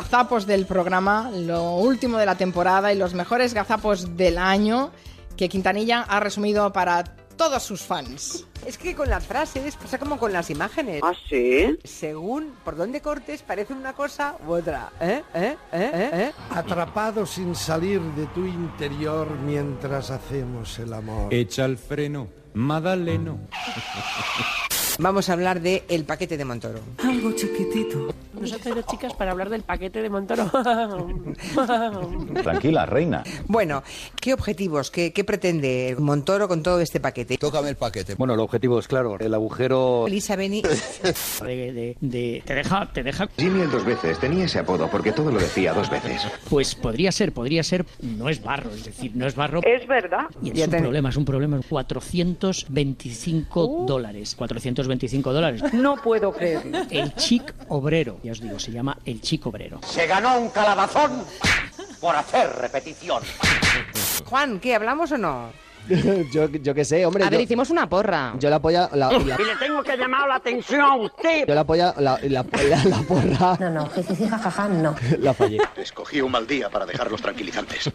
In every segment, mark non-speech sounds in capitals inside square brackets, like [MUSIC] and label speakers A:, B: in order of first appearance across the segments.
A: gazapos del programa, lo último de la temporada y los mejores gazapos del año que Quintanilla ha resumido para todos sus fans.
B: Es que con las frases pasa como con las imágenes.
C: ¿Ah, sí?
B: Según por dónde cortes, parece una cosa u otra. ¿Eh? ¿Eh? ¿Eh? ¿Eh? ¿Eh?
D: Atrapado sin salir de tu interior mientras hacemos el amor.
E: Echa el freno, Madaleno.
B: Vamos a hablar de el paquete de Montoro.
F: Algo chiquitito.
G: Nos ha traído chicas para hablar del paquete de Montoro. [LAUGHS]
H: Tranquila, reina.
B: Bueno, ¿qué objetivos, qué, qué pretende Montoro con todo este paquete?
I: Tócame el paquete.
H: Bueno, el objetivo es claro, el agujero...
B: Lisa
H: [LAUGHS]
B: Beni.
G: De, de- de- te deja, te deja.
J: Jimmy el dos veces tenía ese apodo porque todo lo decía dos veces.
G: Pues podría ser, podría ser. No es barro, es decir, no es barro.
C: Es verdad.
G: Y es
B: Ya
G: un
B: te-
G: problema, es un problema. 425 dólares. 425 dólares. No puedo creerlo. El chic obrero. Ya os digo, se llama el chic obrero.
J: Se ganó un calabazón por hacer repetición.
B: Juan, ¿qué hablamos o no?
K: yo, yo qué sé, hombre.
L: A ver,
K: yo,
L: hicimos una porra.
K: yo la polla. La, la-
J: Y le tengo que llamar la atención a usted.
K: yo la polla. La, la, la- la porra. No, no, no. [LAUGHS] La fallé.
J: Escogí un mal día para dejar los tranquilizantes.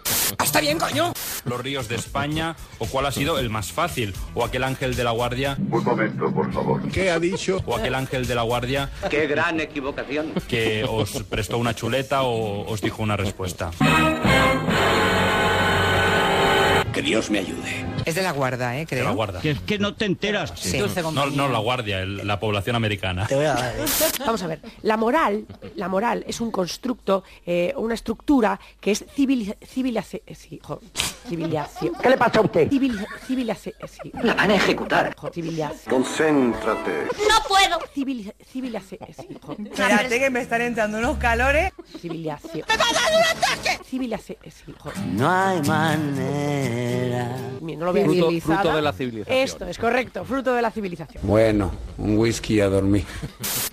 B: ¡Está bien, coño!
E: Los ríos de España, o cuál ha sido el más fácil, o aquel ángel de la guardia,
J: Un momento, por favor.
D: ¿Qué ha dicho?
E: o aquel ángel de la guardia
J: [LAUGHS] Qué gran equivocación.
E: que os prestó una chuleta o os dijo una respuesta.
J: Que Dios me ayude.
B: Es de la guarda, ¿eh?
E: De
B: Creo.
E: la guardia.
I: es que no te enteras.
B: Sí.
E: No, no la guardia, el- la población americana.
G: Vamos a ver, la moral, la moral es un constructo, eh, una estructura que es civil, civilice- eh, sí, jo, civilización.
J: ¿Qué le pasa a usted?
G: Civil, civilice- eh, sí,
J: La van a ejecutar.
G: jo, civiliz-
J: Concéntrate.
L: No puedo.
G: civil- civilice- eh, sí, jo,
F: Espérate que me están entrando unos calores.
G: civilización. Civilice- eh, sí, jo,
I: No hay manera.
G: mira, no lo voy a
H: Fruto,
G: decir.
H: fruto de la civilización.
G: Esto es correcto, fruto de la civilización.
D: Bueno, un whisky a dormir.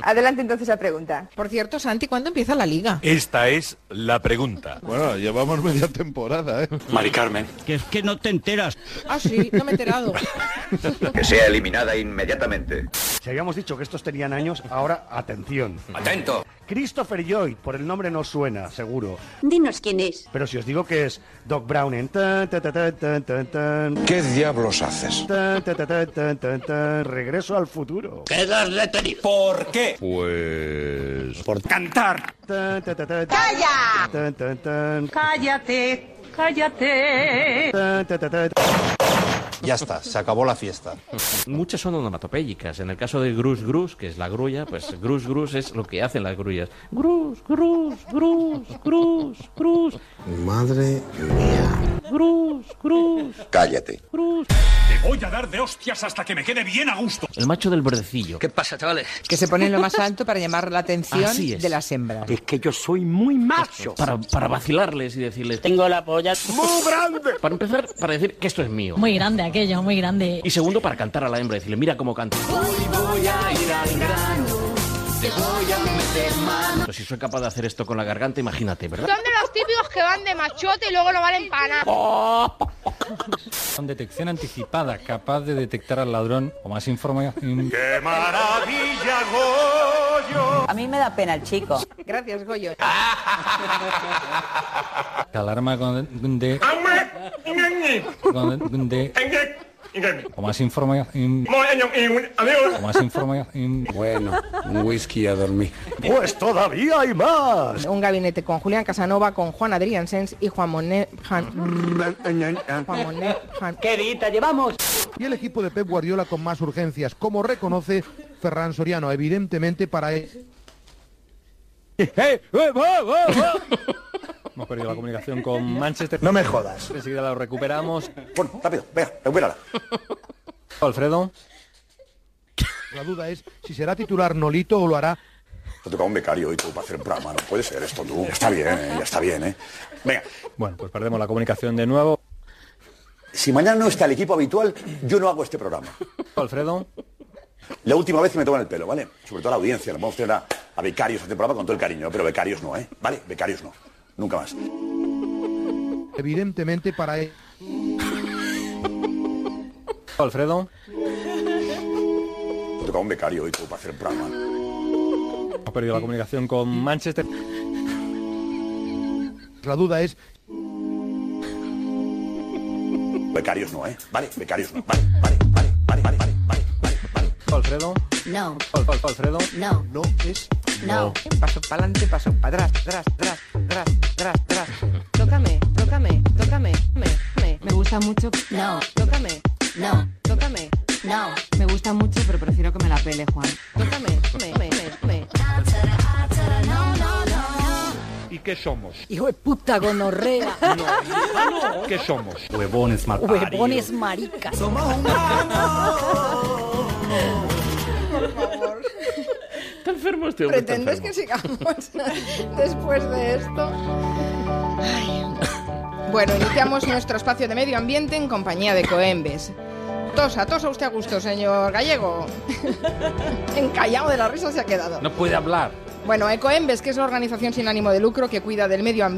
F: Adelante entonces la pregunta.
A: Por cierto, Santi, ¿cuándo empieza la liga?
E: Esta es la pregunta.
D: Bueno, llevamos media temporada, ¿eh?
E: Mari Carmen.
I: Que es que no te enteras.
A: Ah, sí, no me
F: [LAUGHS]
A: he enterado.
J: Que sea eliminada inmediatamente.
D: Si habíamos dicho que estos tenían años, ahora atención.
J: Atento.
D: Christopher Lloyd, por el nombre no suena, seguro.
L: Dinos quién es.
D: Pero si os digo que es Doc Brown en... tan, tan, tan, tan, tan, tan,
E: ¿Qué diablos haces?
D: tan, tan, tan, tan, tan, tan, regreso al futuro.
J: Quedas detenido. ¿Por qué?
H: Pues... Por
J: Cantar.
D: ¡Calla!
F: Cállate, cállate.
I: Ya está, se acabó la fiesta.
H: Muchas son onomatopéyicas. En el caso de grus grus, que es la grulla, pues grus grus es lo que hacen las grullas. Grus, grus, grus, grus, grus,
D: Madre mía.
H: grus, grus,
I: Cállate.
H: grus.
E: Te voy a dar de hostias hasta que me quede bien a gusto.
H: El macho del verdecillo.
I: ¿Qué pasa, chavales?
B: Que se pone en lo más alto para llamar la atención
H: Así es.
B: de las hembras.
I: Es que yo soy muy macho.
H: Para, para vacilarles y decirles... Tengo la polla... ¡Muy grande! Para empezar, para decir que esto es mío.
L: Muy grande aquello, muy grande.
H: Y segundo, para cantar a la hembra y decirle, mira cómo canta. Hoy voy a ir al grano, te voy a meter mano. Pues si soy capaz de hacer esto con la garganta, imagínate, ¿verdad?
F: Son de los típicos que van de machote y luego no valen pana.
E: Con detección anticipada, capaz de detectar al ladrón o más información. ¡Qué maravilla,
F: A mí me da pena el chico.
A: Gracias, Goyo.
E: Alarma con de... Con de... O más información... O más información...
D: Bueno, un whisky a dormir. Pues todavía hay más.
A: Un gabinete con Julián Casanova, con Juan Adrián Sens y Juan Monet... Jan- Juan Monet... Jan-
D: Y el equipo de Pep Guardiola con más urgencias, como reconoce Ferran Soriano, evidentemente para él.
E: [LAUGHS] Hemos perdido la comunicación con Manchester.
I: No me jodas.
E: Enseguida la recuperamos.
I: Bueno, rápido, venga, recupérala.
E: Alfredo.
D: La duda es si será titular Nolito o lo hará.
I: Te toca un becario hoy tú para hacer un programa. No puede ser esto tú. Está bien, ¿eh? ya está bien, ¿eh? Venga,
E: Bueno, pues perdemos la comunicación de nuevo.
I: si mañana no está el equipo habitual, yo no hago este programa.
E: Alfredo.
I: La última vez que me toman el pelo, ¿vale? Sobre todo a la audiencia. Le vamos a tener a, a becarios a este programa con todo el cariño, pero becarios no, ¿eh? ¿Vale? Becarios no. Nunca más.
D: Evidentemente para él.
E: Alfredo.
I: Te toca un becario hoy tú para hacer el programa.
E: Hemos perdido la comunicación con Manchester.
M: la duda es
I: Becarios no, ¿eh? Vale, becarios no. Vale, vale, vale, vale, vale, vale, vale, vale.
E: Alfredo.
I: No.
E: Alfredo.
I: No. No es.
N: No.
B: ¿eh?
N: Paso para adelante, paso para atrás, tras, tras, tras, tras, tras.
B: Tócame, tócame, tócame, me, me. Me gusta mucho. No. Tócame. No. Tócame. No. Me gusta mucho, pero prefiero que me la pele, Juan. Tócame, me, me, me, me.
O: ¿Y qué somos?
G: Hijo de
F: [LAUGHS]
G: puta gonorrea.
O: ¿Qué somos? Huevones
G: Huevones maricas.
P: Está enfermo este hombre. está
A: ¿Pretendes que
P: enfermo.
A: sigamos [LAUGHS] después de esto? Ay. Bueno, iniciamos nuestro espacio de medio ambiente en compañía de Coembes. Tosa, tosa usted a gusto, señor gallego. [LAUGHS] Encallado de la risa se ha quedado.
E: No puede hablar.
A: Bueno, Ecoembes, que es la organización sin ánimo de lucro que cuida del medio ambiente.